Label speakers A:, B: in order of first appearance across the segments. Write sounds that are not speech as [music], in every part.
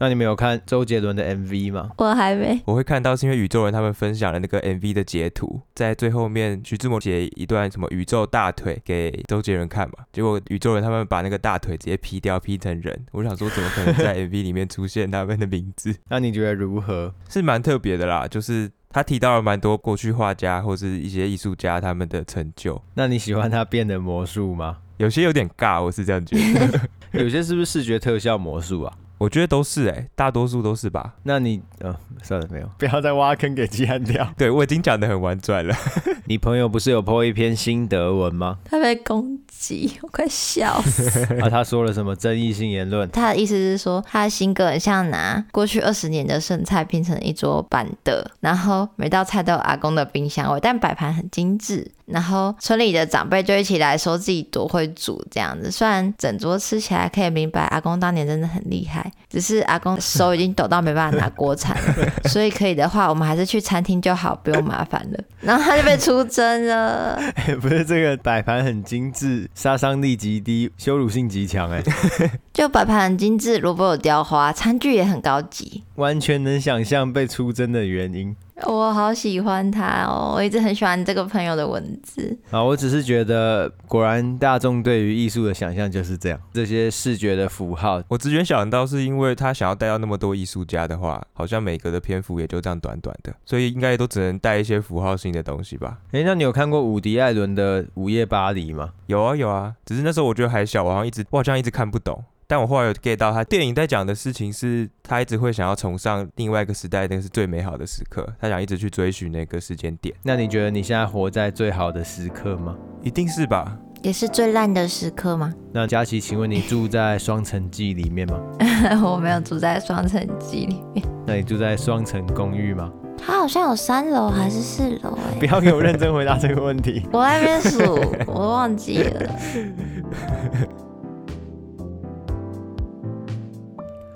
A: 那你们有看周杰伦的 MV 吗？
B: 我还没。
C: 我会看到是因为宇宙人他们分享了那个 MV 的截图，在最后面徐志摩写一段什么宇宙大腿给周杰伦看嘛，结果宇宙人他们把那个大腿直接 P 掉，P 成人。我想说，怎么可能在 MV 里面出现他们的名字？
A: 那你觉得如何？
C: 是蛮特别的啦，就是他提到了蛮多过去画家或是一些艺术家他们的成就，
A: 那你喜欢他变的魔术 [laughs] 吗？
C: 有些有点尬，我是这样觉得。
A: 有些是不是视觉特效魔术啊？
C: 我觉得都是哎、大多数都是吧。
A: 那你呃，算了，没有。
D: 不要再挖坑给鸡安掉。
C: 对我已经讲的很婉转了，
A: [laughs] 你朋友不是有 po 一篇心得文 [laughs] 吗？
B: 他被攻击，我快笑死。
A: 啊，他说了什么争议性言论？
B: 他的意思是说，他的新歌很像拿过去二十年的剩菜拼成一桌板的，然后每道菜都有阿公的冰箱味，但摆盘很精致。然后村里的长辈就一起来说自己多会煮这样子，虽然整桌吃起来可以明白阿公当年真的很厉害，只是阿公手已经抖到没办法拿锅铲了，所以可以的话，我们还是去餐厅就好，不用麻烦了。然后他就被出征了，
A: [laughs] 不是这个摆盘很精致，杀伤力极低，羞辱性极强，哎，
B: 就摆盘很精致，萝卜有雕花，餐具也很高级。
A: [laughs] 完全能想象被出征的原因。
B: 我好喜欢他哦，我一直很喜欢这个朋友的文字。
A: 啊，我只是觉得，果然大众对于艺术的想象就是这样，这些视觉的符号。
C: 我直觉想到是因为他想要带到那么多艺术家的话，好像每个的篇幅也就这样短短的，所以应该都只能带一些符号性的东西吧。
A: 哎，那你有看过伍迪·艾伦的《午夜巴黎》吗？
C: 有啊有啊，只是那时候我觉得还小，我好像一直我好像一直看不懂。但我后来有 get 到他电影在讲的事情是，他一直会想要崇尚另外一个时代，那个是最美好的时刻，他想一直去追寻那个时间点，
A: 那你觉得你现在活在最好的时刻吗？
C: 一定是吧？
B: 也是最烂的时刻吗？
A: 那佳琪，请问你住在双城记里面吗？
B: [laughs] 我没有住在双城记里面，
A: 那你住在双城公寓吗？ [laughs]
B: 他好像有三楼还是四楼哎、
D: 不要给我认真回答这个问题。
B: 我在那边数，我忘记了。
A: [laughs]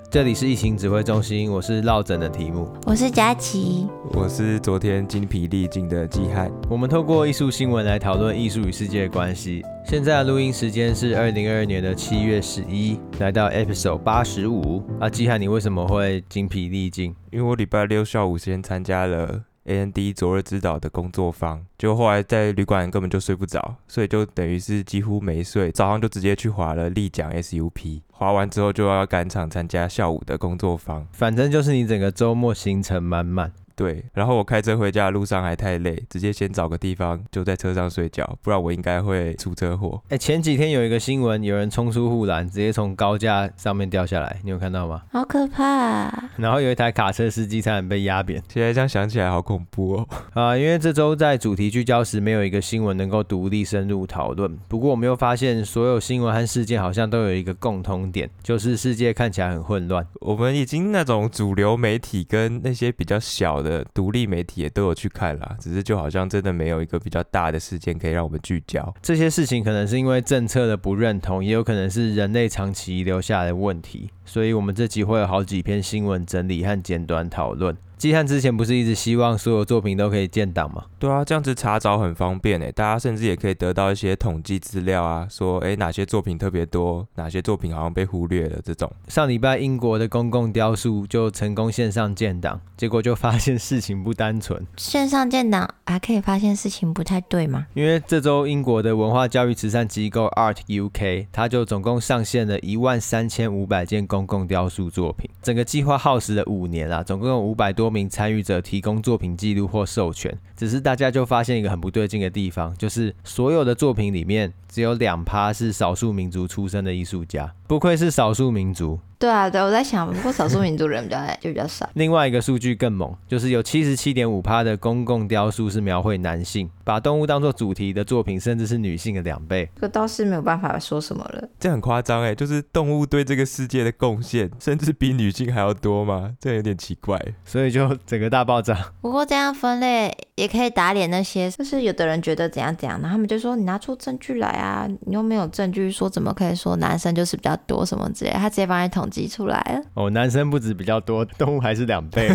A: 这里是疫情指挥中心，我是落枕的题目。
B: [laughs] 我是佳琪，
C: 我是昨天精疲力尽的季汉，
A: 我们透过艺术新闻来讨论艺术与世界的关系。现在的录音时间是二零二二年的七月十一，来到 episode 八十五。啊，季汉，你为什么会精疲力尽？
C: 因为我礼拜六下午先参加了 A N D 昨日指导的工作坊，结果后来在旅馆根本就睡不着，所以就等于是几乎没睡，早上就直接去划了立奖 S U P，划完之后就要赶场参加下午的工作坊。
A: 反正就是你整个周末行程满满。
C: 对，然后我开车回家的路上还太累，直接先找个地方就在车上睡觉，不然我应该会出车祸。
A: 哎、前几天有一个新闻，有人冲出护栏，直接从高架上面掉下来，你有看到吗？ [laughs]
B: 好可怕、啊！
A: 然后有一台卡车司机差点被压扁。
C: 现在这样想起来好恐怖哦。
A: 啊、因为这周在主题聚焦时，没有一个新闻能够独立深入讨论。不过，我们又发现所有新闻和事件好像都有一个共通点，就是世界看起来很混乱。
C: 我们已经那种主流媒体跟那些比较小的独立媒体也都有去看啦，只是就好像真的没有一个比较大的事件可以让我们聚焦。
A: 这些事情可能是因为政策的不认同，也有可能是人类长期遗留下来的问题。所以，我们这集会有好几篇新闻整理和简短讨论。季汉之前不是一直希望所有作品都可以建档吗？
C: 对啊，这样子查找很方便诶，大家甚至也可以得到一些统计资料啊，说诶哪些作品特别多，哪些作品好像被忽略了这种。
A: 上礼拜英国的公共雕塑就成功线上建档，结果就发现事情不单纯。
B: 线上建档还可以发现事情不太对吗？
A: 因为这周英国的文化教育慈善机构 Art UK，它就总共上线了一万三千五百件公共雕塑作品，整个计划耗时了五年啊，总共有五百多名参与者提供作品记录或授权。只是大家就发现一个很不对劲的地方，就是所有的作品里面只有两趴是少数民族出身的艺术家，不愧是少数民族。
B: 对啊，对，我在想，不过少数民族人比较就比较少。
A: 另外一个数据更猛，就是有七十七点五趴的公共雕塑是描绘男性，把动物当作主题的作品，甚至是女性的两倍。
B: 这个倒是没有办法说什么了。
C: 这很夸张哎，就是动物对这个世界的贡献，甚至比女性还要多吗？这有点奇怪。欸
A: 所以就整个大爆炸。
B: 不过这样分类也可以打脸那些，就是有的人觉得怎样怎样，然后他们就说你拿出证据来啊，你又没有证据说怎么可以说男生就是比较多什么之类的，他直接放在统绩出来了。
A: 哦，男生不止比较多，动物还是两倍。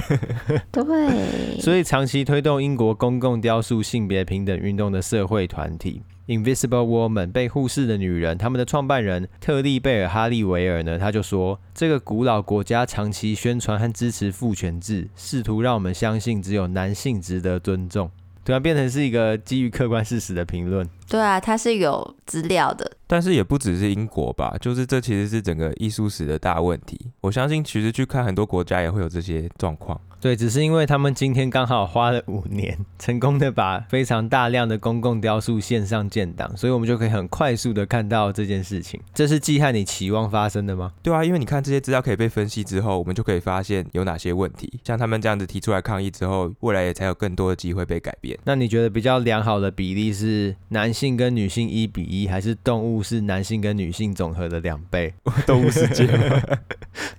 B: 对，
A: 所以长期推动英国公共雕塑性别平等运动的社会团体 Invisible Woman 被忽视的女人，他们的创办人特利贝尔哈利维尔呢，他就说，这个古老国家长期宣传和支持父权制，试图让我们相信只有男性值得尊重。突然变成是一个基于客观事实的评论，
B: 对啊，它是有资料的，
C: 但是也不只是英国吧，就是这其实是整个艺术史的大问题。我相信其实去看很多国家也会有这些状况。
A: 对，只是因为他们今天刚好花了五年，成功的把非常大量的公共雕塑线上建档，所以我们就可以很快速的看到这件事情。这是季汉你期望发生的吗？
C: 对啊，因为你看这些资料可以被分析之后，我们就可以发现有哪些问题。像他们这样子提出来抗议之后，未来也才有更多的机会被改变。
A: 那你觉得比较良好的比例是男性跟女性一比一，还是动物是男性跟女性总和的两倍？
C: [laughs] 动物世界 [laughs] 吗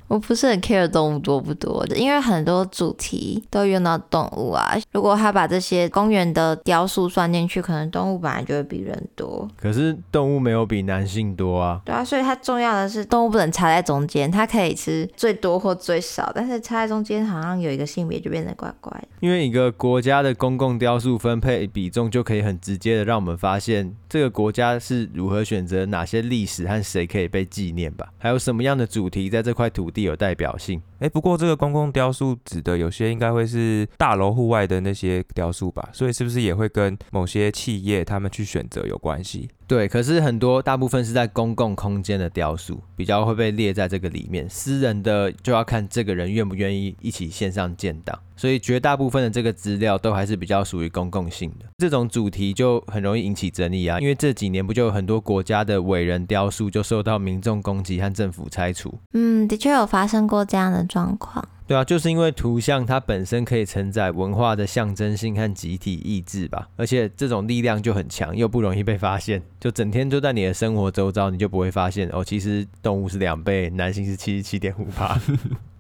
B: 我不是很 care 动物多不多的，因为很多主题都用到动物啊。如果他把这些公园的雕塑算进去，可能动物本来就会比人多。
A: 可是动物没有比男性多啊。
B: 对啊，所以它重要的是动物不能插在中间，它可以吃最多或最少，但是插在中间好像有一个性别就变得怪怪的。
A: 因为一个国家的公共雕塑分配比重，就可以很直接的让我们发现这个国家是如何选择哪些历史和谁可以被纪念吧，还有什么样的主题在这块土地有代表性。
C: 哎、不过这个公共雕塑指的有些应该会是大楼户外的那些雕塑吧，所以是不是也会跟某些企业他们去选择有关系？
A: 对，可是很多大部分是在公共空间的雕塑，比较会被列在这个里面。私人的就要看这个人愿不愿意一起线上建档，所以绝大部分的这个资料都还是比较属于公共性的。这种主题就很容易引起争议啊，因为这几年不就有很多国家的伟人雕塑就受到民众攻击和政府拆除。
B: 嗯，的确有发生过这样的状况。
A: 对啊，就是因为图像它本身可以承载文化的象征性和集体意志吧，而且这种力量就很强，又不容易被发现，就整天就在你的生活周遭，你就不会发现哦，其实动物是两倍，男性是七十七点五八，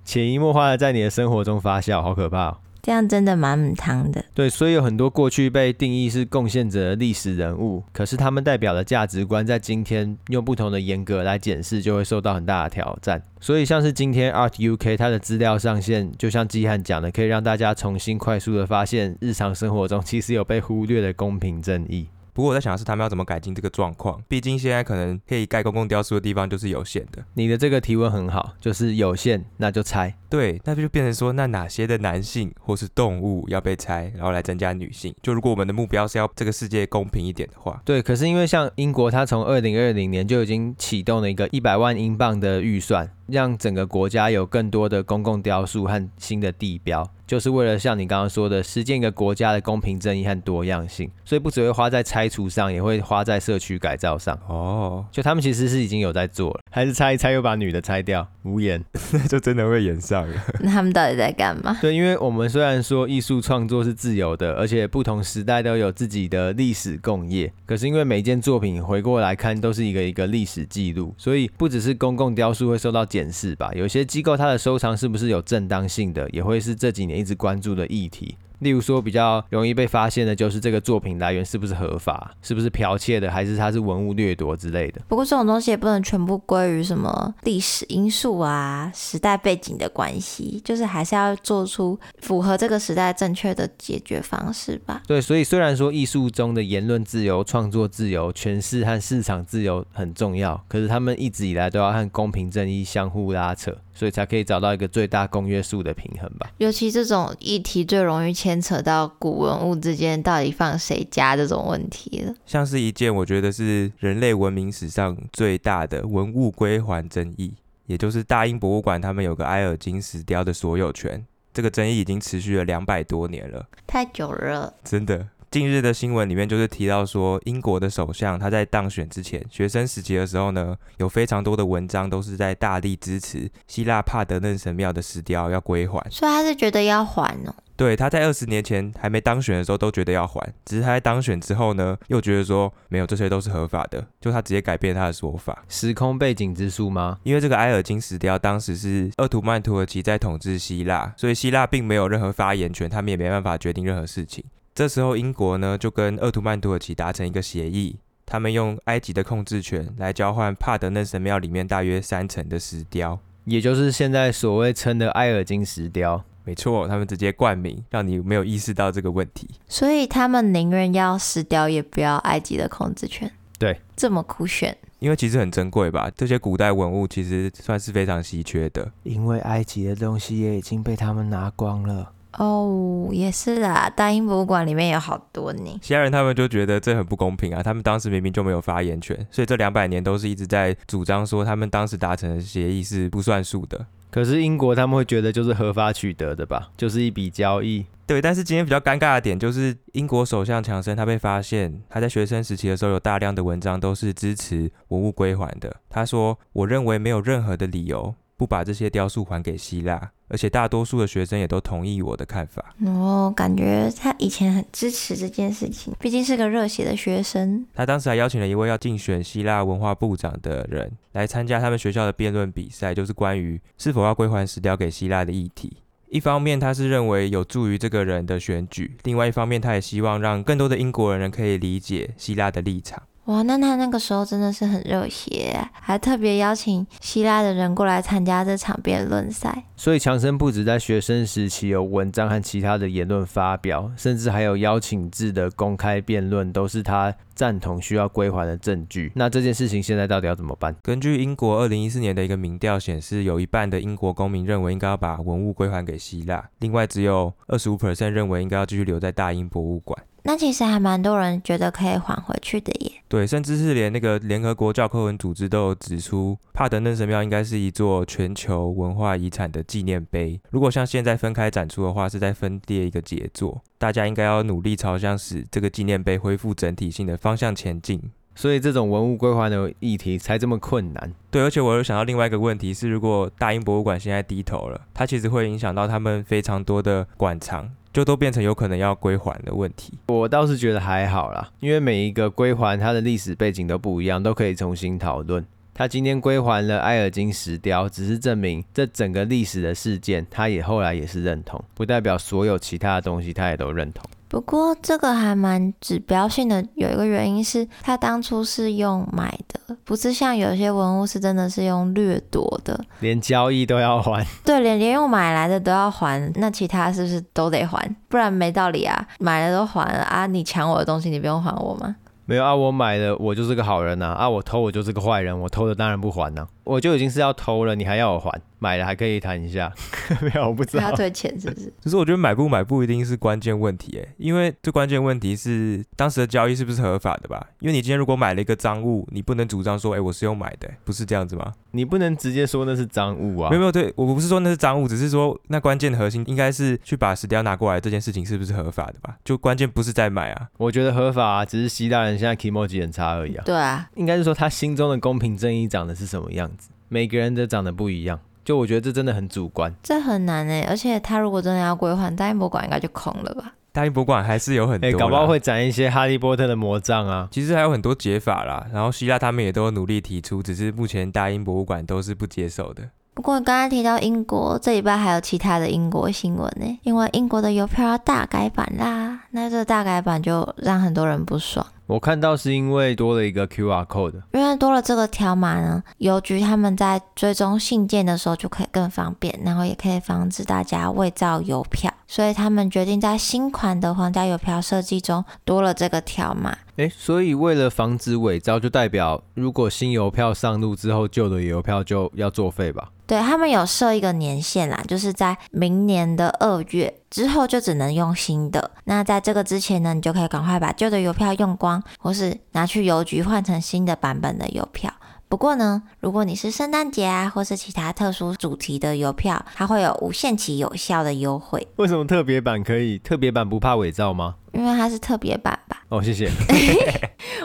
A: 潜移默化的在你的生活中发酵，好可怕、哦。
B: 这样真的蛮母汤 [laughs] 的。
A: 对，所以有很多过去被定义是贡献者的历史人物，可是他们代表的价值观，在今天用不同的严格来检视，就会受到很大的挑战。所以像是今天 Art UK 它的资料上线，就像基汉讲的，可以让大家重新快速的发现日常生活中其实有被忽略的公平正义。
C: 不过我在想的是他们要怎么改进这个状况，毕竟现在可能可以盖公共雕塑的地方就是有限的。
A: 你的这个提问很好，就是有限，那就拆。
C: 对，那就变成说，那哪些的男性或是动物要被拆，然后来增加女性？就如果我们的目标是要这个世界公平一点的话，
A: 对，可是因为像英国，它从二零二零年就已经启动了一个一百万英镑的预算，让整个国家有更多的公共雕塑和新的地标，就是为了像你刚刚说的，实践一个国家的公平正义和多样性。所以不只会花在拆除上，也会花在社区改造上。
C: 哦，
A: 就他们其实是已经有在做了，还是拆一拆又把女的拆掉，无言。
C: [laughs] 那就真的会演上了。
B: 那他们到底在干嘛？
A: 对，因为我们虽然说艺术创作是自由的，而且不同时代都有自己的历史共业，可是因为每件作品回过来看都是一个一个历史记录，所以不只是公共雕塑会受到检视吧，有些机构它的收藏是不是有正当性的，也会是这几年一直关注的议题。例如说，比较容易被发现的就是这个作品来源是不是合法，是不是剽窃的，还是它是文物掠夺之类的。
B: 不过这种东西也不能全部归于什么历史因素啊、时代背景的关系，就是还是要做出符合这个时代正确的解决方式吧。
A: 对，所以虽然说艺术中的言论自由、创作自由、诠释和市场自由很重要，可是他们一直以来都要和公平正义相互拉扯，所以才可以找到一个最大公约数的平衡吧。
B: 尤其这种议题最容易牵扯到古文物之间到底放谁家这种问题了。
C: 像是一件我觉得是人类文明史上最大的文物归还争议，也就是大英博物馆他们有个埃尔金石雕的所有权，这个争议已经持续了两百多年了。
B: 太久了，
C: 真的。近日的新闻里面就是提到说，英国的首相他在当选之前，学生时期的时候呢，有非常多的文章都是在大力支持希腊帕德嫩神庙的石雕要归还。
B: 所以他是觉得要还哦。
C: 对，他在二十年前还没当选的时候都觉得要还，只是他在当选之后呢，又觉得说没有这些都是合法的，就他直接改变他的说法。
A: 时空背景之术吗？
C: 因为这个埃尔金石雕当时是鄂图曼土耳其在统治希腊，所以希腊并没有任何发言权，他们也没办法决定任何事情。这时候英国呢就跟鄂图曼土耳其达成一个协议，他们用埃及的控制权来交换帕德嫩神庙里面大约三成的石雕。
A: 也就是现在所谓称的艾尔金石雕。
C: 没错，他们直接冠名，让你没有意识到这个问题。
B: 所以他们宁愿要石雕，也不要埃及的控制权。
A: 对，
B: 这么酷炫，
C: 因为其实很珍贵吧，这些古代文物其实算是非常稀缺的。
A: 因为埃及的东西也已经被他们拿光了。
B: 哦，也是啦，大英博物馆里面有好多呢。
C: 希腊人他们就觉得这很不公平啊，他们当时明明就没有发言权，所以这两百年都是一直在主张说他们当时达成的协议是不算数的。
A: 可是英国他们会觉得就是合法取得的吧，就是一笔交易。
C: 对，但是今天比较尴尬的点就是，英国首相强生他被发现，他在学生时期的时候有大量的文章都是支持文物归还的。他说：“我认为没有任何的理由不把这些雕塑还给希腊，而且大多数的学生也都同意我的看法。
B: 哦，感觉他以前很支持这件事情，毕竟是个热血的学生。”
C: 他当时还邀请了一位要竞选希腊文化部长的人来参加他们学校的辩论比赛，就是关于是否要归还石雕给希腊的议题。一方面，他是认为有助于这个人的选举；，另外一方面，他也希望让更多的英国人可以理解希腊的立场。
B: 哇，那他那个时候真的是很热血啊，还特别邀请希腊的人过来参加这场辩论赛。
A: 所以强生不止在学生时期有文章和其他的言论发表，甚至还有邀请制的公开辩论，都是他赞同需要归还的证据。那这件事情现在到底要怎么办？
C: 根据英国二零一四年的一个民调显示，有一半的英国公民认为应该要把文物归还给希腊，另外只有二十五 percent 认为应该要继续留在大英博物馆。
B: 那其实还蛮多人觉得可以还回去的耶。
C: 对，甚至是连那个联合国教科文组织都有指出，帕德嫩神庙应该是一座全球文化遗产的纪念碑。如果像现在分开展出的话，是在分裂一个杰作。大家应该要努力朝向使这个纪念碑恢复整体性的方向前进。
A: 所以这种文物归还的议题才这么困难。
C: 对，而且我又想到另外一个问题是，如果大英博物馆现在低头了，它其实会影响到他们非常多的馆藏，就都变成有可能要归还的问题。
A: 我倒是觉得还好啦，因为每一个归还它的历史背景都不一样，都可以重新讨论。他今天归还了埃尔金石雕，只是证明这整个历史的事件，他也后来也是认同，不代表所有其他的东西他也都认同。
B: 不过这个还蛮指标性的，有一个原因是他当初是用买的，不是像有些文物是真的是用掠夺的。
A: 连交易都要还，
B: 对，连连用买来的都要还，那其他是不是都得还？不然没道理啊！买了都还了啊，你抢我的东西，你不用还我吗？
A: 没有啊，我买的我就是个好人呐、啊，我偷我就是个坏人，我偷的当然不还呐、我就已经是要偷了，你还要我还，买了还可以谈一下， [laughs]
D: 没有，我不知
B: 要
A: 啊
D: 道。
B: 退钱是不是？
C: 只是我觉得买不买不一定是关键问题，诶，因为最关键问题是当时的交易是不是合法的吧？因为你今天如果买了一个赃物，你不能主张说，诶，欸我是用买的诶，不是这样子吗？
A: 你不能直接说那是赃物啊
C: 没有，没有，对我不是说那是赃物，只是说那关键的核心应该是去把石雕拿过来这件事情是不是合法的吧？就关键不是在买啊，
A: 我觉得合法、啊，只是希腊人现在 k i m o j i 很差而已啊。
B: 对啊，
A: 应该是说他心中的公平正义长得是什么样子，每个人都长得不一样。就我觉得这真的很主观，
B: 这很难哎、而且他如果真的要归还，大英博物馆应该就空了吧？
C: 大英博物馆还是有很多
A: 哎、
C: 啦，
A: 搞不好会展一些哈利波特的魔杖啊。
C: 其实还有很多解法啦，然后希腊他们也都有努力提出，只是目前大英博物馆都是不接受的。
B: 不过刚刚提到英国，这礼拜还有其他的英国新闻呢，因为英国的邮票要大改版啦。那这个大改版就让很多人不爽，
A: 我看到是因为多了一个 QR code，
B: 因为多了这个条码呢，邮局他们在追踪信件的时候就可以更方便，然后也可以防止大家伪造邮票，所以他们决定在新款的皇家邮票设计中多了这个条码。
A: 哎、所以为了防止伪造，就代表如果新邮票上路之后，旧的邮票就要作废吧？
B: 对他们有设一个年限啦，就是在明年的二月之后就只能用新的。那在这个之前呢，你就可以赶快把旧的邮票用光，或是拿去邮局换成新的版本的邮票。不过呢，如果你是圣诞节啊，或是其他特殊主题的邮票，它会有无限期有效的优惠，
A: 为什么特别版可以？特别版不怕伪造吗？
B: 因为它是特别版吧。
A: 哦，谢 [laughs] 谢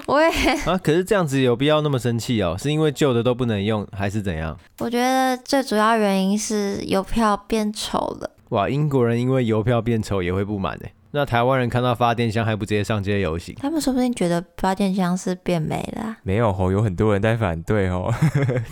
B: 我也
A: 啊。可是这样子有必要那么生气哦？是因为旧的都不能用，还是怎样？
B: 我觉得最主要原因是邮票变丑了。
A: 哇，英国人因为邮票变丑也会不满哎。那台湾人看到发电箱还不直接上街游 [laughs] 行？
B: 他们说不定觉得发电箱是变美了啊、
C: 没有吼，有很多人在反对吼。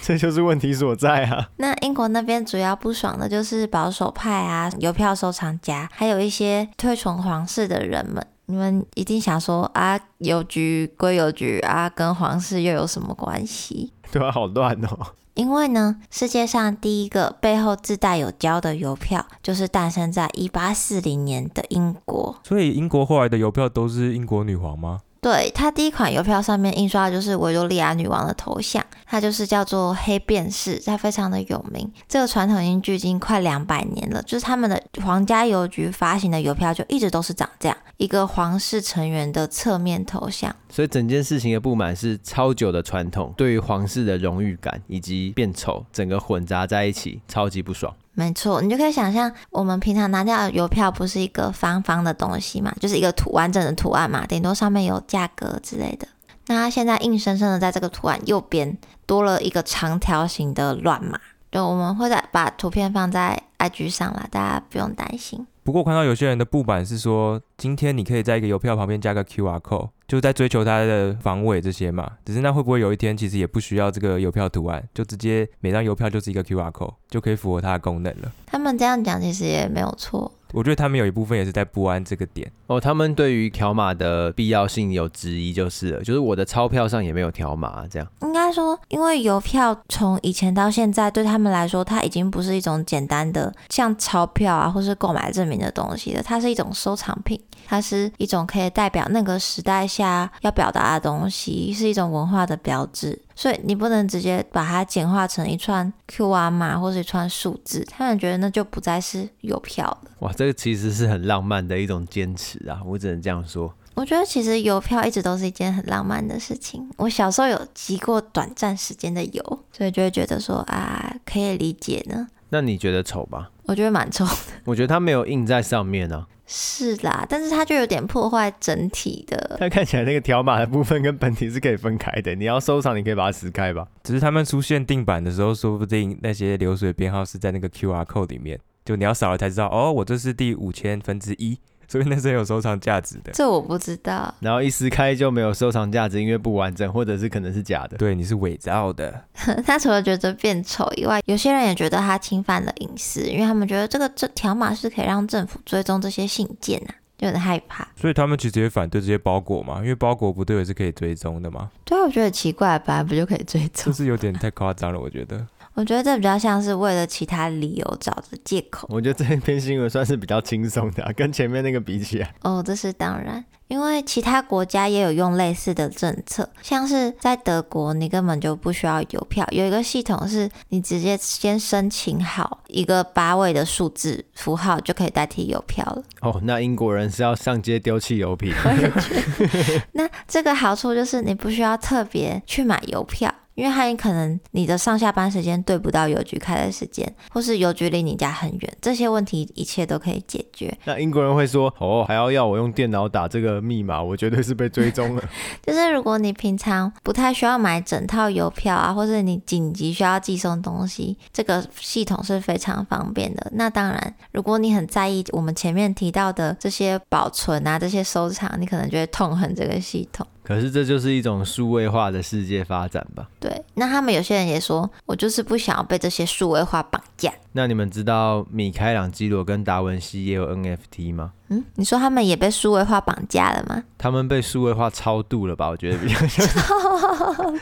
D: 这就是问题所在啊！
A: [laughs]
B: 那英国那边主要不爽的就是保守派啊、邮票收藏家，还有一些推崇皇室的人们。你们一定想说啊，邮局归邮局啊，跟皇室又有什么关系？
D: 对啊，好乱哦。
B: 因为呢，世界上第一个背后自带有胶的邮票，就是诞生在一八四零年的英国。
C: [laughs] 所以英国后来的邮票都是英国女皇吗？
B: 对，它第一款邮票上面印刷的就是维多利亚女王的头像，它就是叫做黑便士，它非常的有名。这个传统已经距今快两百年了，就是他们的皇家邮局发行的邮票就一直都是长这样，一个皇室成员的侧面头像。
A: 所以整件事情的不满是超久的传统对于皇室的荣誉感以及变丑，整个混杂在一起，超级不爽。
B: 没错，你就可以想象，我们平常拿掉的邮票不是一个方方的东西嘛，就是一个图完整的图案嘛，顶多上面有价格之类的。那它现在硬生生的在这个图案右边多了一个长条形的乱码，就我们会再把图片放在 IG 上啦，大家不用担心。
C: 不过我看到有些人的不满是说，今天你可以在一个邮票旁边加个 QR code，就是在追求它的防伪这些嘛。只是那会不会有一天其实也不需要这个邮票图案，就直接每张邮票就是一个 QR code，就可以符合它的功能了？
B: 他们这样讲其实也没有错，
C: 我觉得他们有一部分也是在不安这个点。
A: 哦，他们对于条码的必要性有质疑就是了，就是我的钞票上也没有条码，啊这样
B: 应该说，因为邮票从以前到现在，对他们来说，它已经不是一种简单的像钞票啊，或是购买证明的东西了，它是一种收藏品，它是一种可以代表那个时代下要表达的东西，是一种文化的标志。所以你不能直接把它简化成一串 QR 码或是一串数字，他们觉得那就不再是邮票了。
A: 哇，这个其实是很浪漫的一种坚持啊，我只能这样说。
B: 我觉得其实邮票一直都是一件很浪漫的事情。我小时候有集过短暂时间的邮，所以就会觉得说啊，可以理解呢。
A: 那你觉得丑吧？
B: 我觉得蛮丑，
A: 我觉得它没有印在上面啊，
B: [laughs] 是啦，但是它就有点破坏整体的。
D: 但看起来那个条码的部分跟本体是可以分开的，你要收藏你可以把它撕开吧。
C: 只是他们出限定版的时候，说不定那些流水编号是在那个 QR code 里面，就你要扫了才知道，哦，我这是第五千分之一，所以那是很有收藏价值的。
B: 这我不知道， [laughs]
A: 然后一撕开就没有收藏价值，因为不完整或者是可能是假的。
C: 对，你是伪造的。
B: 他除了觉得变丑以外，有些人也觉得他侵犯了隐私，因为他们觉得这个这条码是可以让政府追踪这些信件啊，就很害怕。
C: 所以他们其实也反对这些包裹嘛，因为包裹不对也是可以追踪的嘛，
B: 对啊，我觉得很奇怪，本来不就可以追
C: 就
B: 踪？
C: 是有点太夸张了，我觉得。
B: 我觉得这比较像是为了其他理由找的借口。
D: 我觉得这篇新闻算是比较轻松的啊、跟前面那个比起来，
B: 哦，这是当然，因为其他国家也有用类似的政策，像是在德国，你根本就不需要邮票，有一个系统是你直接先申请好一个八位的数字符号就可以代替邮票了。
A: 哦，那英国人是要上街丢弃油品，
B: 我也觉得，那这个好处就是你不需要特别去买邮票。因为它也可能你的上下班时间对不到邮局开的时间，或是邮局离你家很远，这些问题一切都可以解决。
D: [laughs] 那英国人会说哦，还要要我用电脑打这个密码，我绝对是被追踪了。
B: 就是如果你平常不太需要买整套邮票啊，或者你紧急需要寄送东西，这个系统是非常方便的。那当然，如果你很在意我们前面提到的这些保存啊、这些收藏，你可能就会痛恨这个系统。
A: [laughs] 可是这就是一种数位化的世界发展吧？
B: 对，那他们有些人也说，我就是不想要被这些数位化绑架。
A: 那你们知道米开朗基罗跟达文西也有 NFT 吗？
B: 嗯，你说他们也被数位化绑架了吗？
A: 他们被数位化超度了吧？我觉得比较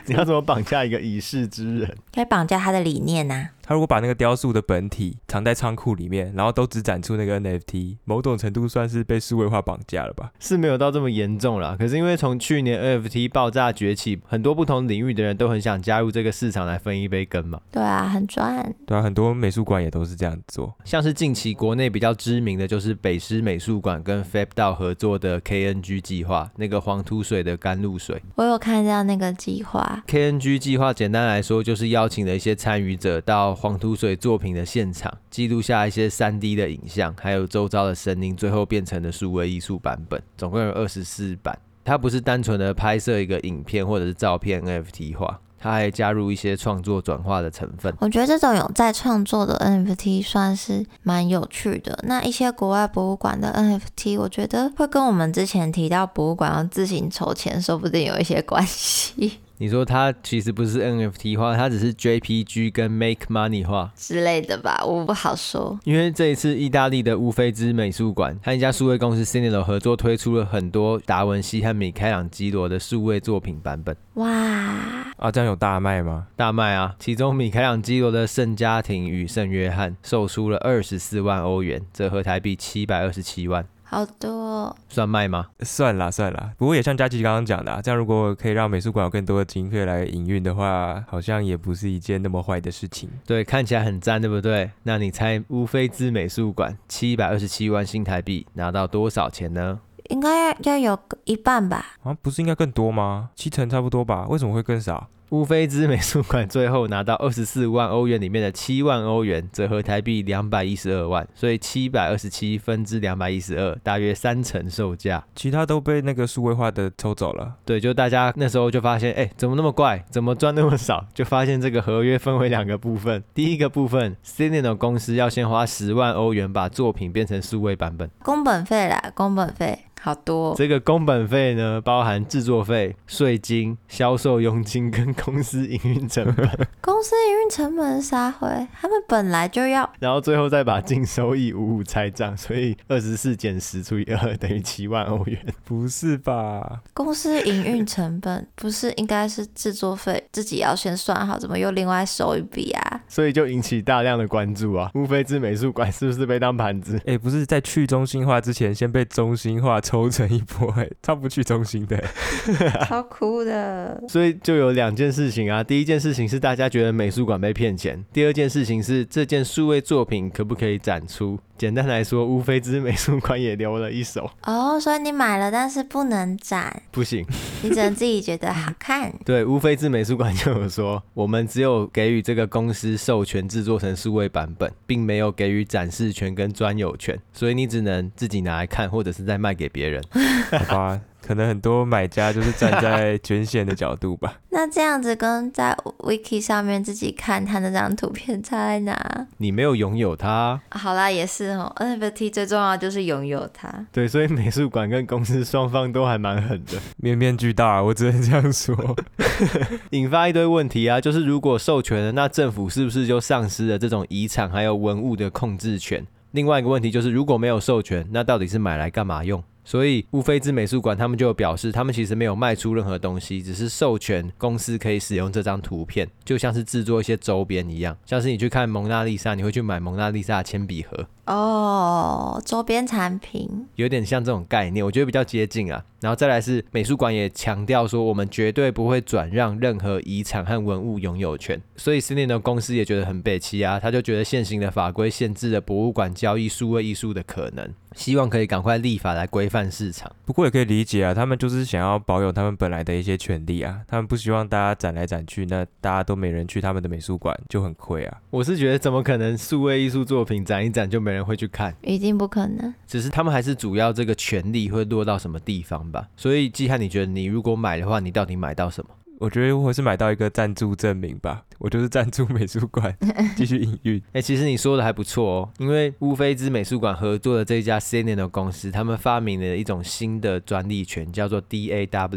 D: 你要怎么绑架一个已逝之人？
B: 该绑架他的理念啊呐、
C: 他如果把那个雕塑的本体藏在仓库里面，然后都只展出那个 NFT，某种程度算是被数位化绑架了吧？
A: 是没有到这么严重啦。可是因为从去年 NFT 爆炸崛起，很多不同领域的人都很想加入这个市场来分一杯羹嘛。
B: 对啊，很赚。
C: 对啊，很多美术馆也都是这样做。
A: 像是近期国内比较知名的就是北师美术馆跟 Fab 道合作的 KNG 计划，那个黄土水的甘露水。
B: 我有看到那个计划，
A: KNG 计划简单来说就是邀请了一些参与者到黄土水作品的现场，记录下一些 3D 的影像，还有周遭的声音，最后变成了数位艺术版本，总共有二十四版。它不是单纯的拍摄一个影片或者是照片 NFT 化，它还加入一些创作转化的成分。
B: 我觉得这种有在创作的 NFT 算是蛮有趣的。那一些国外博物馆的 NFT，我觉得会跟我们之前提到博物馆要自行筹钱，说不定有一些关系
A: 你说它其实不是 NFT 化，它只是 JPG 跟 Make Money 化。
B: 之类的吧， [laughs] 我不好说。
A: 因为这一次意大利的乌菲兹美术馆和一家数位公司 Cinelo 合作推出了很多达文西和米开朗基罗的数位作品版本。
B: 哇，
C: 啊，这样有大卖吗？
A: 大卖啊！其中米开朗基罗的《圣家庭与圣约翰》售出了二十四万欧元，折合台币七百二十七万，
B: 好多、哦。
A: 算卖吗？
C: 算啦算啦，不过也像佳琪刚刚讲的、啊，这样如果可以让美术馆有更多的经费来营运的话，好像也不是一件那么坏的事情。
A: 对，看起来很赞，对不对？那你猜乌菲兹美术馆七百二十七万新台币拿到多少钱呢？
B: 应该要有个一半吧。
C: 啊，不是应该更多吗？七成差不多吧？为什么会更少？
A: 乌菲兹美术馆最后拿到二十四万欧元里面的七万欧元，折合台币两百一十二万，所以七百二十七分之两百一十二，大约三成售价。
C: 其他都被那个数位化的抽走了。
A: 对，就大家那时候就发现，哎、怎么那么怪，怎么赚那么少？就发现这个合约分为两个部分。第一个部分 c i n e o 公司要先花十万欧元把作品变成数位版本，
B: 工本费啦，工本费好多、
A: 这个工本费呢包含制作费、税金、销售佣金跟公司营运成本。
B: 公司营运成本啥回？他们本来就要。
A: 然后最后再把净收益五五拆账， [laughs] 所以二十四减十除以二等于七万欧元。
C: 不是吧？
B: 公司营运成本不是应该是制作费自己要先算好，怎么又另外收一笔啊？
A: 所以就引起大量的关注啊！乌菲兹美术馆是不是被当盘子？
C: 哎、不是在去中心化之前，先被中心化抽成一波、 [laughs] 哎，他不去中心的、
B: [laughs]
C: 哎
B: 超酷的，
A: 所以就有两件事情啊，第一件事情是大家觉得美术馆被骗钱，第二件事情是这件数位作品可不可以展出。简单来说，乌菲兹美术馆也留了一手，
B: 哦、所以你买了，但是不能 [laughs] 展，
A: 不行。
B: 你只能自己觉得好 [laughs] 看。
A: 对，乌菲兹美术馆就有说，我们只有给予这个公司授权制作成数位版本，并没有给予展示权跟专有权，所以你只能自己拿来看，或者是再卖给别人。
C: 好吧，可能很多买家就是站在捐献的角度 [laughs] 吧。
B: 那这样子跟在 Wiki 上面自己看他那张图片差在哪？
A: 你没有拥有它，
B: 好啦，也是哦，NFT 最重要就是拥有它。
A: 对，所以美术馆跟公司双方都还蛮狠的，
C: 面面俱到，我只能这样 [laughs] 说。
A: 引发一堆问题啊。就是如果授权了，那政府是不是就丧失了这种遗产还有文物的控制权？另外一个问题就是，如果没有授权，那到底是买来干嘛用？所以乌菲兹美术馆他们就有表示，他们其实没有卖出任何东西，只是授权公司可以使用这张图片，就像是制作一些周边一样。像是你去看蒙娜丽莎，你会去买蒙娜丽莎的铅笔盒，
B: 哦，周边产品
A: 有点像这种概念，我觉得比较接近啊。然后再来是美术馆也强调说，我们绝对不会转让任何遗产和文物拥有权。所以斯内的公司也觉得很北气啊，他就觉得现行的法规限制了博物馆交易数位艺术的可能，希望可以赶快立法来规范市场。
C: 不过也可以理解啊，他们就是想要保有他们本来的一些权利啊，他们不希望大家展来展去，那大家都没人去他们的美术馆就很亏啊。
A: 我是觉得怎么可能数位艺术作品展一展就没人会去看？
B: 一定不可能。
A: 只是他们还是主要这个权利会落到什么地方吧。所以季汉，你觉得你如果买的话，你到底买到什么？
C: 我觉得我是买到一个赞助证明吧，我就是赞助美术 [laughs] 馆继续营运。
A: 哎、其实你说的还不错哦，因为乌菲兹美术馆合作的这家 CNN 的公司，他们发明了一种新的专利权，叫做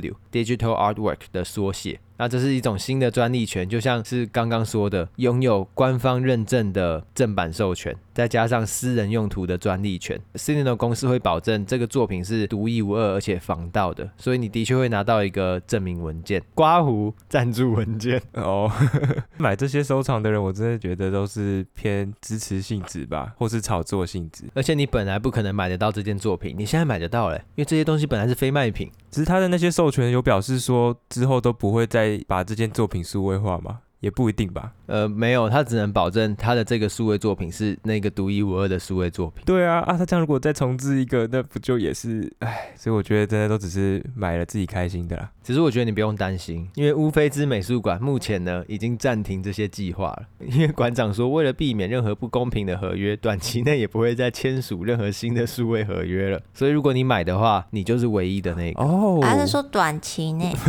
A: DAW（Digital Artwork） 的缩写。那这是一种新的专利权，就像是刚刚说的，拥有官方认证的正版授权，再加上私人用途的专利权。CNN 公司会保证这个作品是独一无二而且仿盗的，所以你的确会拿到一个证明文件，刮胡赞助文件。
C: 哦， [laughs] 买这些收藏的人，我真的觉得都是偏支持性质吧，或是炒作性质。
A: 而且你本来不可能买得到这件作品，你现在买得到了，因为这些东西本来是非卖品。
C: 只是他的那些授权有表示说，之后都不会再把这件作品数位化嘛，也不一定吧。
A: 呃，没有，他只能保证他的这个数位作品是那个独一无二的数位作品。
C: 对啊，啊，他这样如果再重置一个，那不就也是唉？所以我觉得真的都只是买了自己开心的啦。
A: 只是我觉得你不用担心，因为乌菲兹美术馆目前呢已经暂停这些计划了，因为馆长说，为了避免任何不公平的合约，短期内也不会再签署任何新的数位合约了。所以如果你买的话，你就是唯一的那个、
C: 哦，
B: 还啊是说短期内？ [laughs]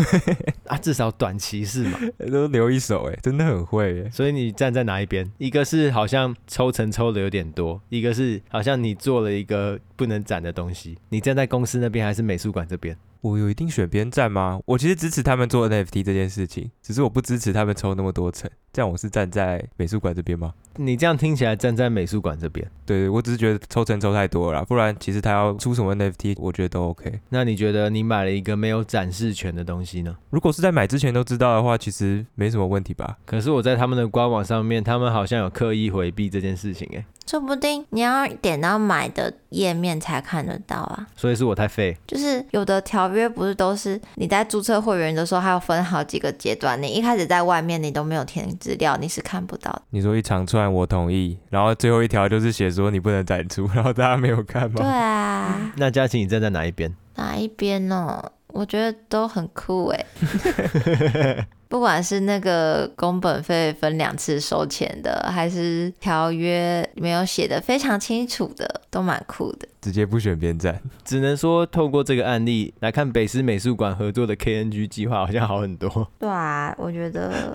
A: 啊，至少短期是嘛。
C: [laughs] 都留一手哎、真的很会哎、
A: 所以你站在哪一边？一个是好像抽成抽的有点多，一个是好像你做了一个不能展的东西。你站在公司那边还是美术馆这边？
C: 我有一定选边站吗？我其实支持他们做 NFT 这件事情，只是我不支持他们抽那么多层。这样我是站在美术馆这边吗？
A: 你这样听起来站在美术馆这边，
C: 对对，我只是觉得抽层抽太多了啦，不然其实他要出什么 NFT，我觉得都 OK。
A: 那你觉得你买了一个没有展示权的东西呢？
C: 如果是在买之前都知道的话，其实没什么问题吧？
A: 可是我在他们的官网上面，他们好像有刻意回避这件事情、欸，诶，
B: 说不定你要点到买的页面才看得到啊。
A: 所以是我太废。
B: 就是有的条约不是都是你在注册会员的时候，还要分好几个阶段。你一开始在外面你都没有填资料，你是看不到的。
C: 你说一长串我同意，然后最后一条就是写说你不能展出，然后大家没有看
B: 对
C: 吗？
B: 啊，
A: 那佳琪，你站在哪一边？
B: 哪一边呢？我觉得都很酷欸哎、不管是那个工本费分两次收钱的，还是条约没有写的非常清楚的，都蛮酷的。
C: 直接不选边站，
A: 只能说透过这个案例来看，北师美术馆合作的 KNG 计划好像好很多。 [laughs]
B: 对啊，我觉得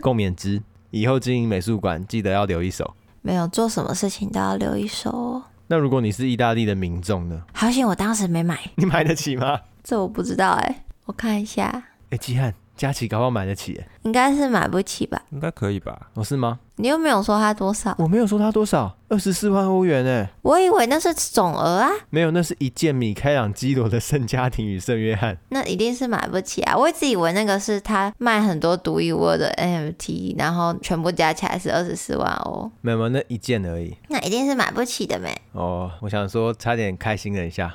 A: 共勉之，以后经营美术馆记得要留一手。
B: 没有做什么事情都要留一手哦。
A: 那如果你是意大利的民众呢？
B: 好险我当时没买，
A: [laughs] 你买得起吗？
B: 这我不知道哎、我看一下，
A: 哎、季汉，佳琪搞不好买得起、欸，
B: 应该是买不起吧？
C: 应该可以吧？
A: 哦，是吗？
B: 你又没有说它多少，
A: 我没有说他多少，二十四万欧元、欸，哎，
B: 我以为那是总额啊，
A: 没有，那是一件米开朗基罗的《圣家庭与圣约翰》。
B: 那一定是买不起啊！我一直以为那个是他卖很多独一无二的 NFT，然后全部加起来是二十四万哦，
A: 没有，没有那一件而已。
B: 那一定是买不起的没。
A: 哦，我想说，差点开心了一下。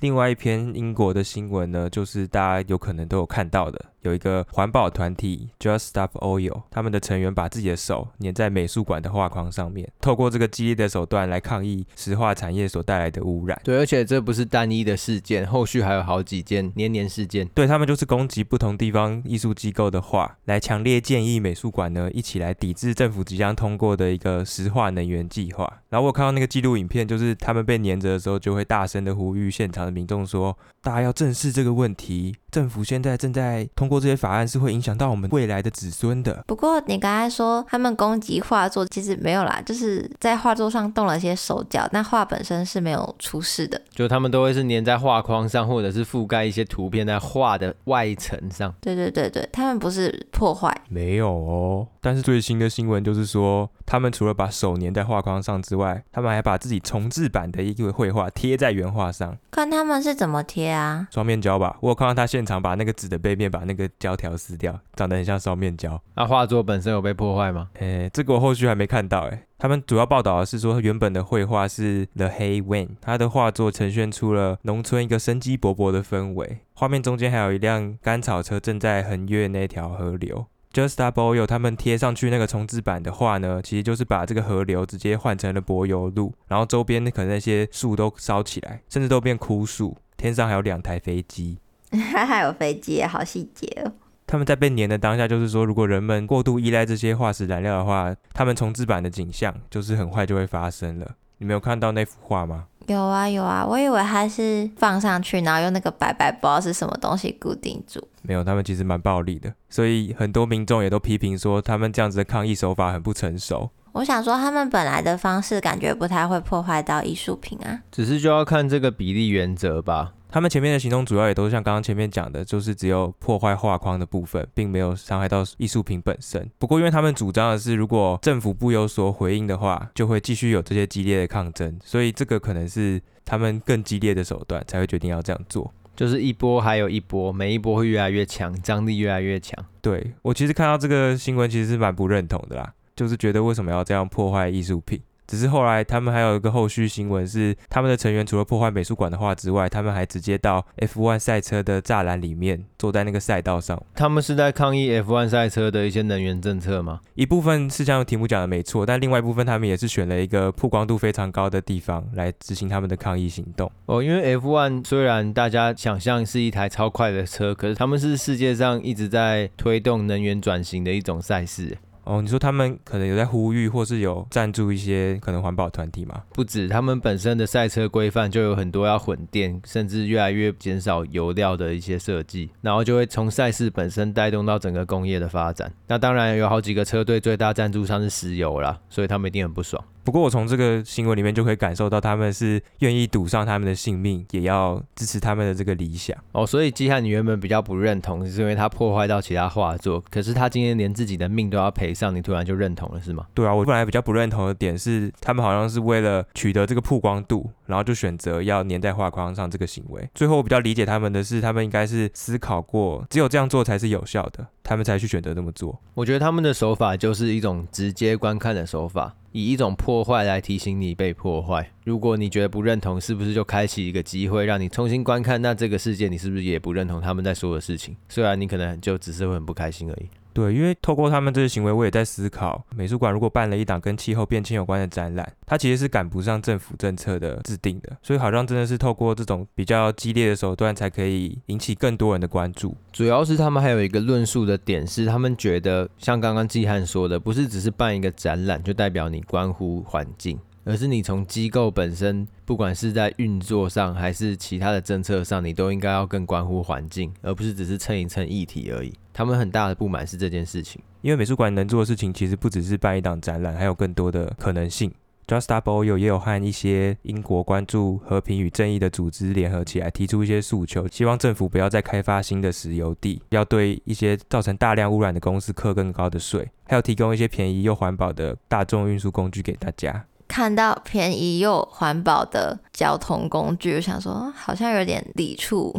C: 另外一篇英国的新闻呢，就是大家有可能都有看到的，有一个环保团体 Just Stop Oil，他们的成员把自己的手粘在美术馆的画框上面，透过这个激烈的手段来抗议石化产业所带来的污染。
A: 对，而且这不是单一的事件，后续还有好几件年年事件。
C: 对他们就是攻击不同地方艺术机构的画，来强烈建议美术馆呢一起来抵制政府即将通过的一个石化能源计划。然后我有看到那个纪录影片，就是他们被粘着的时候，就会大声的呼吁现场的民众说：“大家要正视这个问题，政府现在正在通过这些法案，是会影响到我们未来的子孙的。”
B: 不过你刚才说他们攻击画作，其实没有啦，就是在画作上动了些手脚，那画本身是没有出事的。
A: 就他们都会是粘在画框上，或者是覆盖一些图片在画的外层上。
B: 对对对对，他们不是破坏，
C: 没有哦，但是最新的新闻就是说，他们除了把手粘在画框上之外，他们还把自己重制版的一个绘画贴在原画上，
B: 看他们是怎么贴啊。 [laughs]
C: 双面胶吧。我有看到他现场把那个纸的背面把那个胶条撕掉，长得很像双面胶。
A: 那、画作本身有被破坏吗？
C: 诶，这个我后续还没看到诶。他们主要报道的是说，原本的绘画是 The Hay Wayne，他的画作呈现出了农村一个生机勃勃的氛围。画面中间还有一辆干草车正在横越那条河流。Just a b o y o 他们贴上去那个重置版的画呢，其实就是把这个河流直接换成了柏油路，然后周边可能那些树都烧起来，甚至都变枯树。天上还有两台飞机，
B: 还有飞机，好细节哦。
C: 他们在被粘的当下，就是说，如果人们过度依赖这些化石燃料的话，他们重置版的景象就是很快就会发生了。你没有看到那幅画吗？
B: 有啊有啊，我以为它是放上去，然后用那个白白不知道是什么东西固定住。
C: 没有，他们其实蛮暴力的，所以很多民众也都批评说，他们这样子的抗议手法很不成熟。
B: 我想说，他们本来的方式感觉不太会破坏到艺术品啊。
A: 只是就要看这个比例原则吧。
C: 他们前面的行动主要也都是像刚刚前面讲的，就是只有破坏画框的部分，并没有伤害到艺术品本身。不过，因为他们主张的是，如果政府不有所回应的话，就会继续有这些激烈的抗争，所以这个可能是他们更激烈的手段才会决定要这样做。
A: 就是一波还有一波，每一波会越来越强，张力越来越强。
C: 对我其实看到这个新闻，其实是蛮不认同的啦，就是觉得为什么要这样破坏艺术品？只是后来他们还有一个后续新闻是，他们的成员除了破坏美术馆的画之外，他们还直接到 F1 赛车的栅栏里面，坐在那个赛道上。
A: 他们是在抗议 F1 赛车的一些能源政策吗？
C: 一部分是像题目讲的没错，但另外一部分他们也是选了一个曝光度非常高的地方来执行他们的抗议行动。
A: 哦，因为 F1 虽然大家想象是一台超快的车，可是他们是世界上一直在推动能源转型的一种赛事。
C: 哦，你说他们可能有在呼吁，或是有赞助一些可能环保团体嘛？
A: 不止他们本身的赛车规范就有很多要混电，甚至越来越减少油料的一些设计，然后就会从赛事本身带动到整个工业的发展。那当然有好几个车队最大赞助商是石油啦，所以他们一定很不爽。
C: 不过我从这个新闻里面就可以感受到，他们是愿意赌上他们的性命，也要支持他们的这个理想。
A: 哦，所以季汉你原本比较不认同，是因为他破坏到其他画作，可是他今天连自己的命都要赔上，你突然就认同了是吗？
C: 对啊，我本来比较不认同的点是，他们好像是为了取得这个曝光度，然后就选择要粘在画框上这个行为。最后我比较理解他们的是，他们应该是思考过，只有这样做才是有效的，他们才去选择这么做。
A: 我觉得他们的手法就是一种直接观看的手法，以一种破坏来提醒你被破坏。如果你觉得不认同，是不是就开启一个机会让你重新观看？那这个世界你是不是也不认同他们在说的事情？虽然你可能就只是会很不开心而已。
C: 对，因为透过他们这些行为，我也在思考，美术馆如果办了一档跟气候变迁有关的展览，它其实是赶不上政府政策的制定的，所以好像真的是透过这种比较激烈的手段，才可以引起更多人的关注。
A: 主要是他们还有一个论述的点是，他们觉得像刚刚季汉说的，不是只是办一个展览就代表你关乎环境，而是你从机构本身，不管是在运作上还是其他的政策上，你都应该要更关乎环境，而不是只是蹭一蹭议题而已。他们很大的不满是这件事情。
C: 因为美术馆能做的事情，其实不只是办一档展览，还有更多的可能性。Just Stop Oil 也有和一些英国关注和平与正义的组织联合起来，提出一些诉求，希望政府不要再开发新的石油地，要对一些造成大量污染的公司课更高的税，还有提供一些便宜又环保的大众运输工具给大家。
B: 看到便宜又环保的交通工具，我想说好像有点抵触。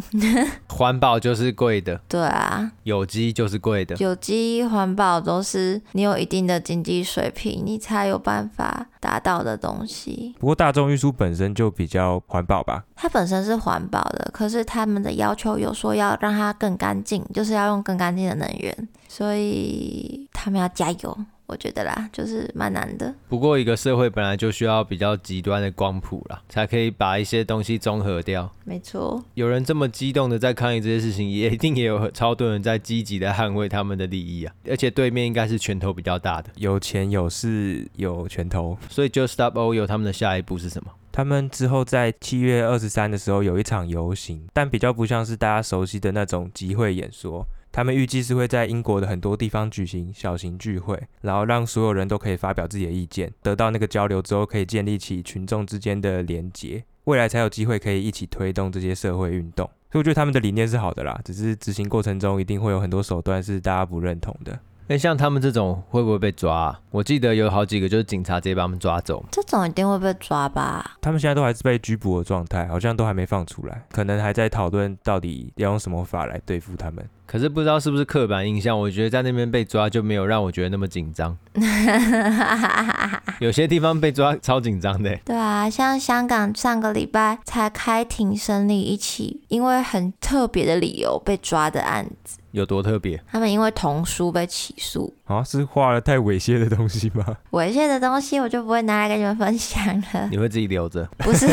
A: 环保就是贵的，
B: 对啊，
A: 有机就是贵的。
B: 有机环保都是你有一定的经济水平，你才有办法达到的东西。
C: 不过大众运输本身就比较环保吧，
B: 它本身是环保的，可是他们的要求有说要让它更干净，就是要用更干净的能源，所以他们要加油。我觉得啦，就是蛮难的。
A: 不过一个社会本来就需要比较极端的光谱啦，才可以把一些东西综合掉。
B: 没错，
A: 有人这么激动的在抗议这些事情，也一定也有超多人在积极的捍卫他们的利益啊！而且对面应该是拳头比较大的，
C: 有钱有势有拳头。
A: 所以 Just Stop Oil 他们的下一步是什么？
C: 他们之后在七月二十三的时候有一场游行，但比较不像是大家熟悉的那种集会演说。他们预计是会在英国的很多地方举行小型聚会，然后让所有人都可以发表自己的意见，得到那个交流之后，可以建立起群众之间的连结，未来才有机会可以一起推动这些社会运动。所以我觉得他们的理念是好的啦，只是执行过程中一定会有很多手段是大家不认同的。
A: 哎，像他们这种会不会被抓、啊？我记得有好几个就是警察直接把他们抓走。
B: 这种一定会被抓吧？
C: 他们现在都还是被拘捕的状态，好像都还没放出来，可能还在讨论到底要用什么法来对付他们。
A: 可是不知道是不是刻板印象，我觉得在那边被抓就没有让我觉得那么紧张。有些地方被抓超紧张的欸。
B: 对啊，像香港上个礼拜才开庭审理一起因为很特别的理由被抓的案子，
A: 有多特别？
B: 他们因为童书被起诉，
C: 啊，是画了太猥亵的东西吗？ [laughs]
B: 猥亵的东西我就不会拿来跟你们分享了。
A: 你会自己留着？ [laughs]
B: 不是，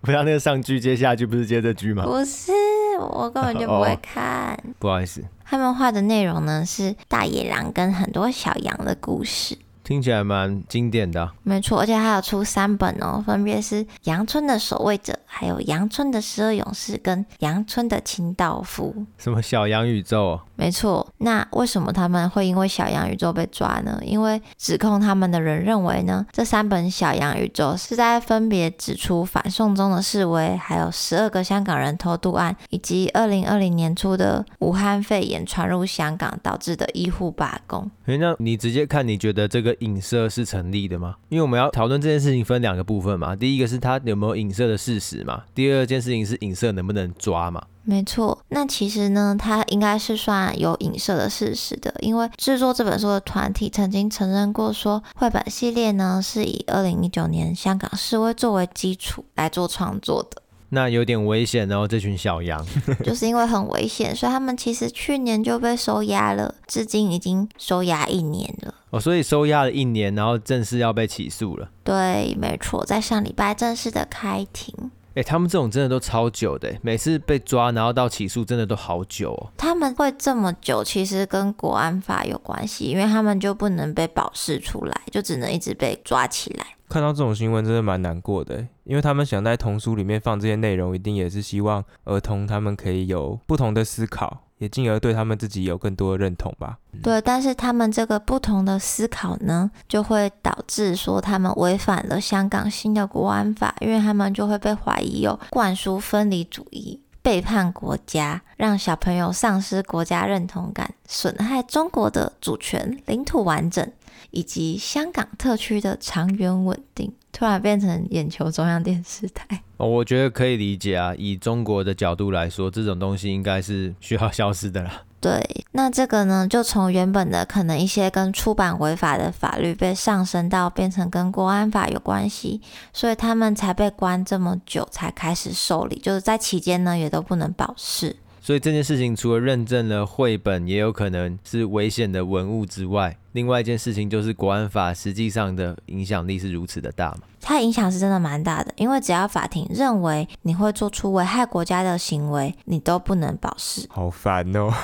A: 不像那个上句接下句不是接这句吗？
B: 不是，我根本就不会看。
A: 不好意思，
B: 他们画的内容呢是大野狼跟很多小羊的故事，
A: 听起来蛮经典的啊、
B: 没错，而且还有出三本哦，分别是《羊村的守卫者》、还有《羊村的十二勇士》跟《羊村的清道夫》。
A: 什么小羊宇宙、哦？
B: 没错，那为什么他们会因为小羊宇宙被抓呢？因为指控他们的人认为呢，这三本小羊宇宙是在分别指出反送中的示威，还有十二个香港人偷渡案，以及二零二零年初的武汉肺炎传入香港导致的医护罢工。
A: 诶那你直接看，你觉得这个影射是成立的吗？因为我们要讨论这件事情分两个部分嘛，第一个是它有没有影射的事实嘛，第二件事情是影射能不能抓嘛。
B: 没错，那其实呢，它应该是算有影射的事实的，因为制作这本书的团体曾经承认过说，绘本系列呢是以二零一九年香港示威作为基础来做创作的。
A: 那有点危险哦，这群小羊。
B: 就是因为很危险，所以他们其实去年就被收押了，至今已经收押一年了。
A: 哦，所以收押了一年，然后正式要被起诉了。
B: 对，没错，在上礼拜正式的开庭，
A: 诶，他们这种真的都超久的，欸每次被抓然后到起诉真的都好久哦。
B: 他们会这么久，其实跟国安法有关系，因为他们就不能被保释出来，就只能一直被抓起来。
C: 看到这种新闻真的蛮难过的欸，因为他们想在童书里面放这些内容，一定也是希望儿童他们可以有不同的思考，也进而对他们自己有更多的认同吧。
B: 对，但是他们这个不同的思考呢，就会导致说他们违反了香港新的国安法，因为他们就会被怀疑有灌输分离主义、背叛国家，让小朋友丧失国家认同感，损害中国的主权、领土完整以及香港特区的长远稳定。突然变成眼球中央电视台，
A: 哦，我觉得可以理解啊。以中国的角度来说，这种东西应该是需要消失的啦。
B: 对，那这个呢，就从原本的可能一些跟出版违法的法律被上升到变成跟国安法有关系，所以他们才被关这么久，才开始受理。就是在期间呢，也都不能保释。
A: 所以这件事情除了认证了绘本也有可能是危险的文物之外，另外一件事情就是国安法实际上的影响力是如此的大嘛。
B: 它影响是真的蛮大的，因为只要法庭认为你会做出危害国家的行为，你都不能保释。
C: 好烦哦！ [laughs]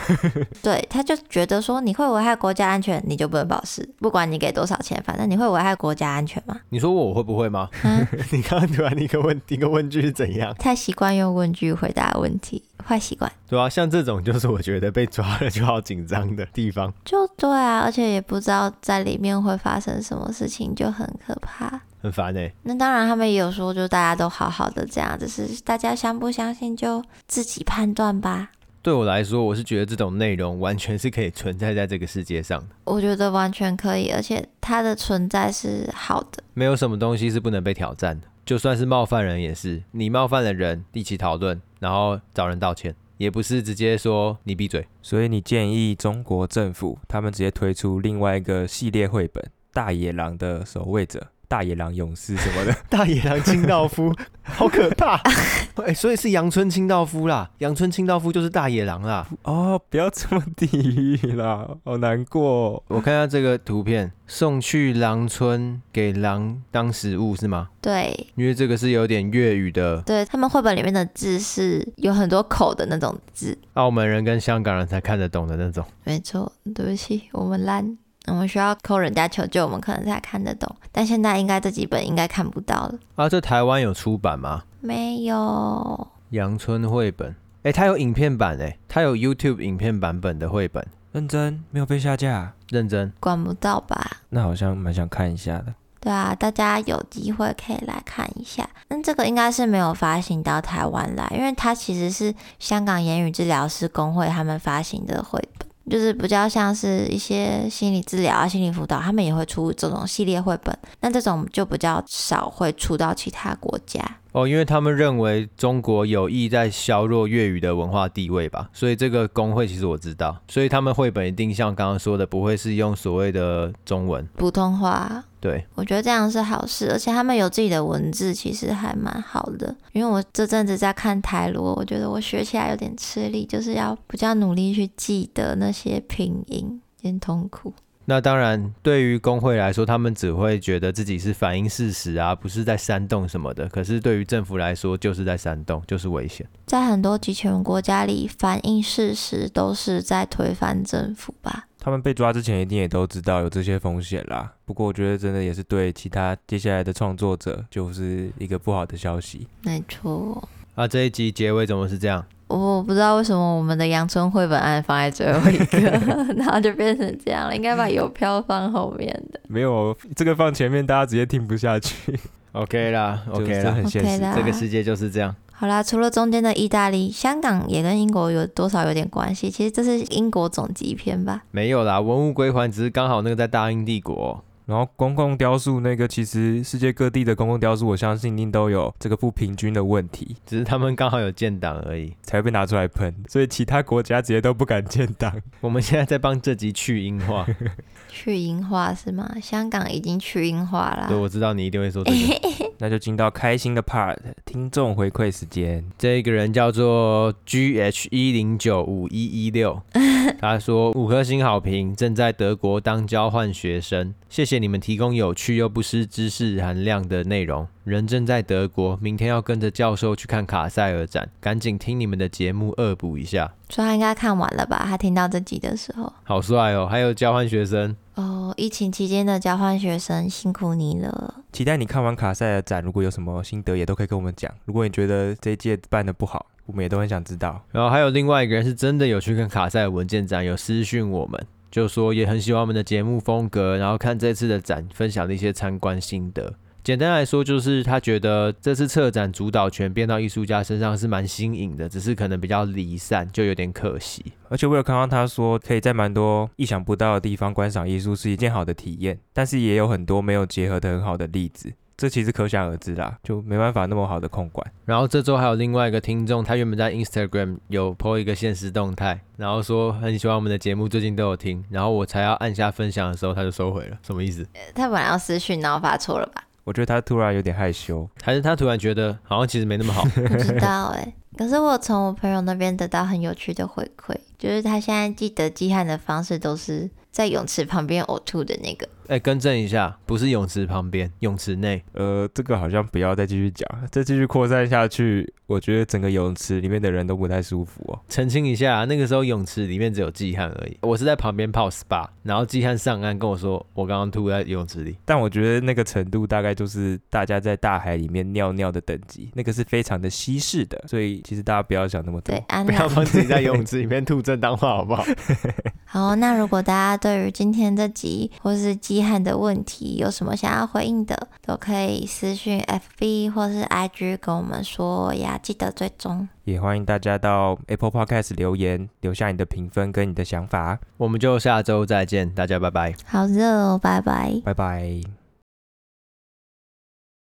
B: 对，他就觉得说你会危害国家安全，你就不能保释，不管你给多少钱，反正你会危害国家安全嘛。
A: 你说我会不会 [laughs] 吗？
B: 啊
D: 你刚刚突然一个问一个问句是怎样？
B: [laughs] 太习惯用问句回答问题，坏习惯。
A: 对啊，像这种就是我觉得被抓了就好紧张的地方。
B: 就对啊，而且也不知道在里面会发生什么事情，就很可怕。
A: 很烦哎、
B: 那当然，他们也有说，就大家都好好的这样，只是大家相不相信就自己判断吧。
A: 对我来说，我是觉得这种内容完全是可以存在在这个世界上的，
B: 我觉得完全可以，而且它的存在是好的。
A: 没有什么东西是不能被挑战的。就算是冒犯人也是，你冒犯了人，一起讨论，然后找人道歉，也不是直接说你闭嘴。
C: 所以你建议中国政府他们直接推出另外一个系列绘本《大野狼的守卫者》《大野狼勇士》什么的，
D: 大野狼清道
A: [laughs]
D: 夫，好可怕！
A: 哎、所以是阳春清道夫啦，阳春清道夫就是大野狼啦。
C: [laughs] 哦，不要这么地狱啦，好难过、哦
A: 我看下这个图片，送去狼村给狼当食物是吗？
B: 对，
A: 因为这个是有点粤语的，
B: 对他们绘本里面的字是有很多口的那种字。
A: 澳门人跟香港人才看得懂的那种。
B: 没错，对不起，我们烂，我们需要扣人家求救，我们可能才看得懂。但现在应该这几本应该看不到了，
A: 啊，这台湾有出版吗？
B: 没有。
A: 阳春绘本，哎、它有影片版哎、它有 YouTube 影片版本的绘本，
C: 认真没有被下架，
A: 认真。
B: 管不到吧？
C: 那好像蛮想看一下的。
B: 对啊，大家有机会可以来看一下。那这个应该是没有发行到台湾来，因为它其实是香港言语治疗师工会他们发行的绘本，就是比较像是一些心理治疗啊、心理辅导，他们也会出这种系列绘本。那这种就比较少会出到其他国家。
A: 哦，因为他们认为中国有意在削弱粤语的文化地位吧，所以这个工会其实我知道，所以他们绘本一定像刚刚说的，不会是用所谓的中文。
B: 普通话
A: 对，
B: 我觉得这样是好事，而且他们有自己的文字，其实还蛮好的。因为我这阵子在看台罗，我觉得我学起来有点吃力，就是要比较努力去记得那些拼音，有点痛苦。
A: 那当然，对于工会来说，他们只会觉得自己是反映事实啊，不是在煽动什么的。可是对于政府来说，就是在煽动，就是危险。
B: 在很多集权国家里，反映事实都是在推翻政府吧？
C: 他们被抓之前一定也都知道有这些风险啦，不过我觉得真的也是对其他接下来的创作者就是一个不好的消息。
B: 没错，
A: 啊，这一集结尾怎么是这样？
B: 我不知道为什么我们的阳春绘本案放在最后一个， [laughs] 然后就变成这样了，应该把邮票放后面的。
C: 没有这个放前面，大家直接听不下 [laughs] 去。
A: OK 啦
C: 就是
A: ，OK
C: 这
A: 啦，
C: 很现
B: OK
C: 实。
B: 啦，
A: 这个世界就是这样。
B: 好啦，除了中间的意大利，香港也跟英国有多少有点关系。其实这是英国总集篇吧？
A: 没有啦，文物归还只是刚好那个在大英帝国、哦
C: 然后公共雕塑那个，其实世界各地的公共雕塑，我相信一定都有这个不平均的问题，
A: 只是他们刚好有建档而已。
C: 才会被拿出来喷。所以其他国家直接都不敢建档。
A: [laughs] 我们现在在帮这集去音化，
B: 去英化是吗？香港已经去英化啦
A: 对，。我知道你一定会说这
B: 哎
A: 个。
B: [laughs]
C: 那就进到开心的 part，听众回馈时间。
A: 这个人叫做 G H 一零九五一一六，他说五颗星好评，正在德国当交换学生，谢谢你们提供有趣又不失知识含量的内容。人正在德国，明天要跟着教授去看卡塞尔展，赶紧听你们的节目恶补一下。
B: 所以他应该看完了吧？他听到这集的时候，
A: 好帅哦，还有交换学生。
B: 哦，疫情期间的交换学生辛苦你了。
C: 期待你看完卡塞尔展，如果有什么心得也都可以跟我们讲。如果你觉得这一届办的不好，我们也都很想知道。
A: 然后还有另外一个人是真的有去看卡塞尔文件展，有私讯我们，就说也很喜欢我们的节目风格，然后看这次的展分享的一些参观心得。简单来说，就是他觉得这次策展主导权变到艺术家身上是蛮新颖的，只是可能比较离散，就有点可惜。
C: 而且我有看到他说，可以在蛮多意想不到的地方观赏艺术是一件好的体验，但是也有很多没有结合的很好的例子，这其实可想而知啦，就没办法那么好的控管。
A: 然后这周还有另外一个听众，他原本在 Instagram 有 po 一个现实动态，然后说很喜欢我们的节目，最近都有听。然后我才要按下分享的时候，他就收回了，什么意思？
B: 他本来要私讯，然后发错了
D: [laughs]
B: 吧？
C: 我觉得他突然有点害羞，
A: 还是他突然觉得好像其实没那么好？
B: 不知道哎、可是我从我朋友那边得到很有趣的回馈，就是他现在记得积汗的方式都是在泳池旁边呕吐的那个。
A: 哎，更正一下，不是泳池旁边，泳池内。
C: 呃，这个好像不要再继续讲，再继续扩散下去，我觉得整个泳池里面的人都不太舒服哦。
A: 澄清一下，那个时候泳池里面只有季汉而已，我是在旁边泡 SPA，然后季汉上岸跟我说，我刚刚吐在泳池里。
C: 但我觉得那个程度大概就是大家在大海里面尿尿的等级，那个是非常的稀释的，所以其实大家不要想那么多
B: 对。，啊安
D: 哦不要
B: 娜。
D: 帮自己在游泳池里面吐正当化，好不好？
B: 好，那如果大家对于今天这集或是积汗的问题有什么想要回应的，都可以私讯 FB 或是 IG 跟我们说呀，记得追踪。
C: 也欢迎大家到 Apple Podcast 留言，留下你的评分跟你的想法。
A: 我们就下周再见，大家拜拜。
B: 好热哦，拜拜。
C: 拜拜。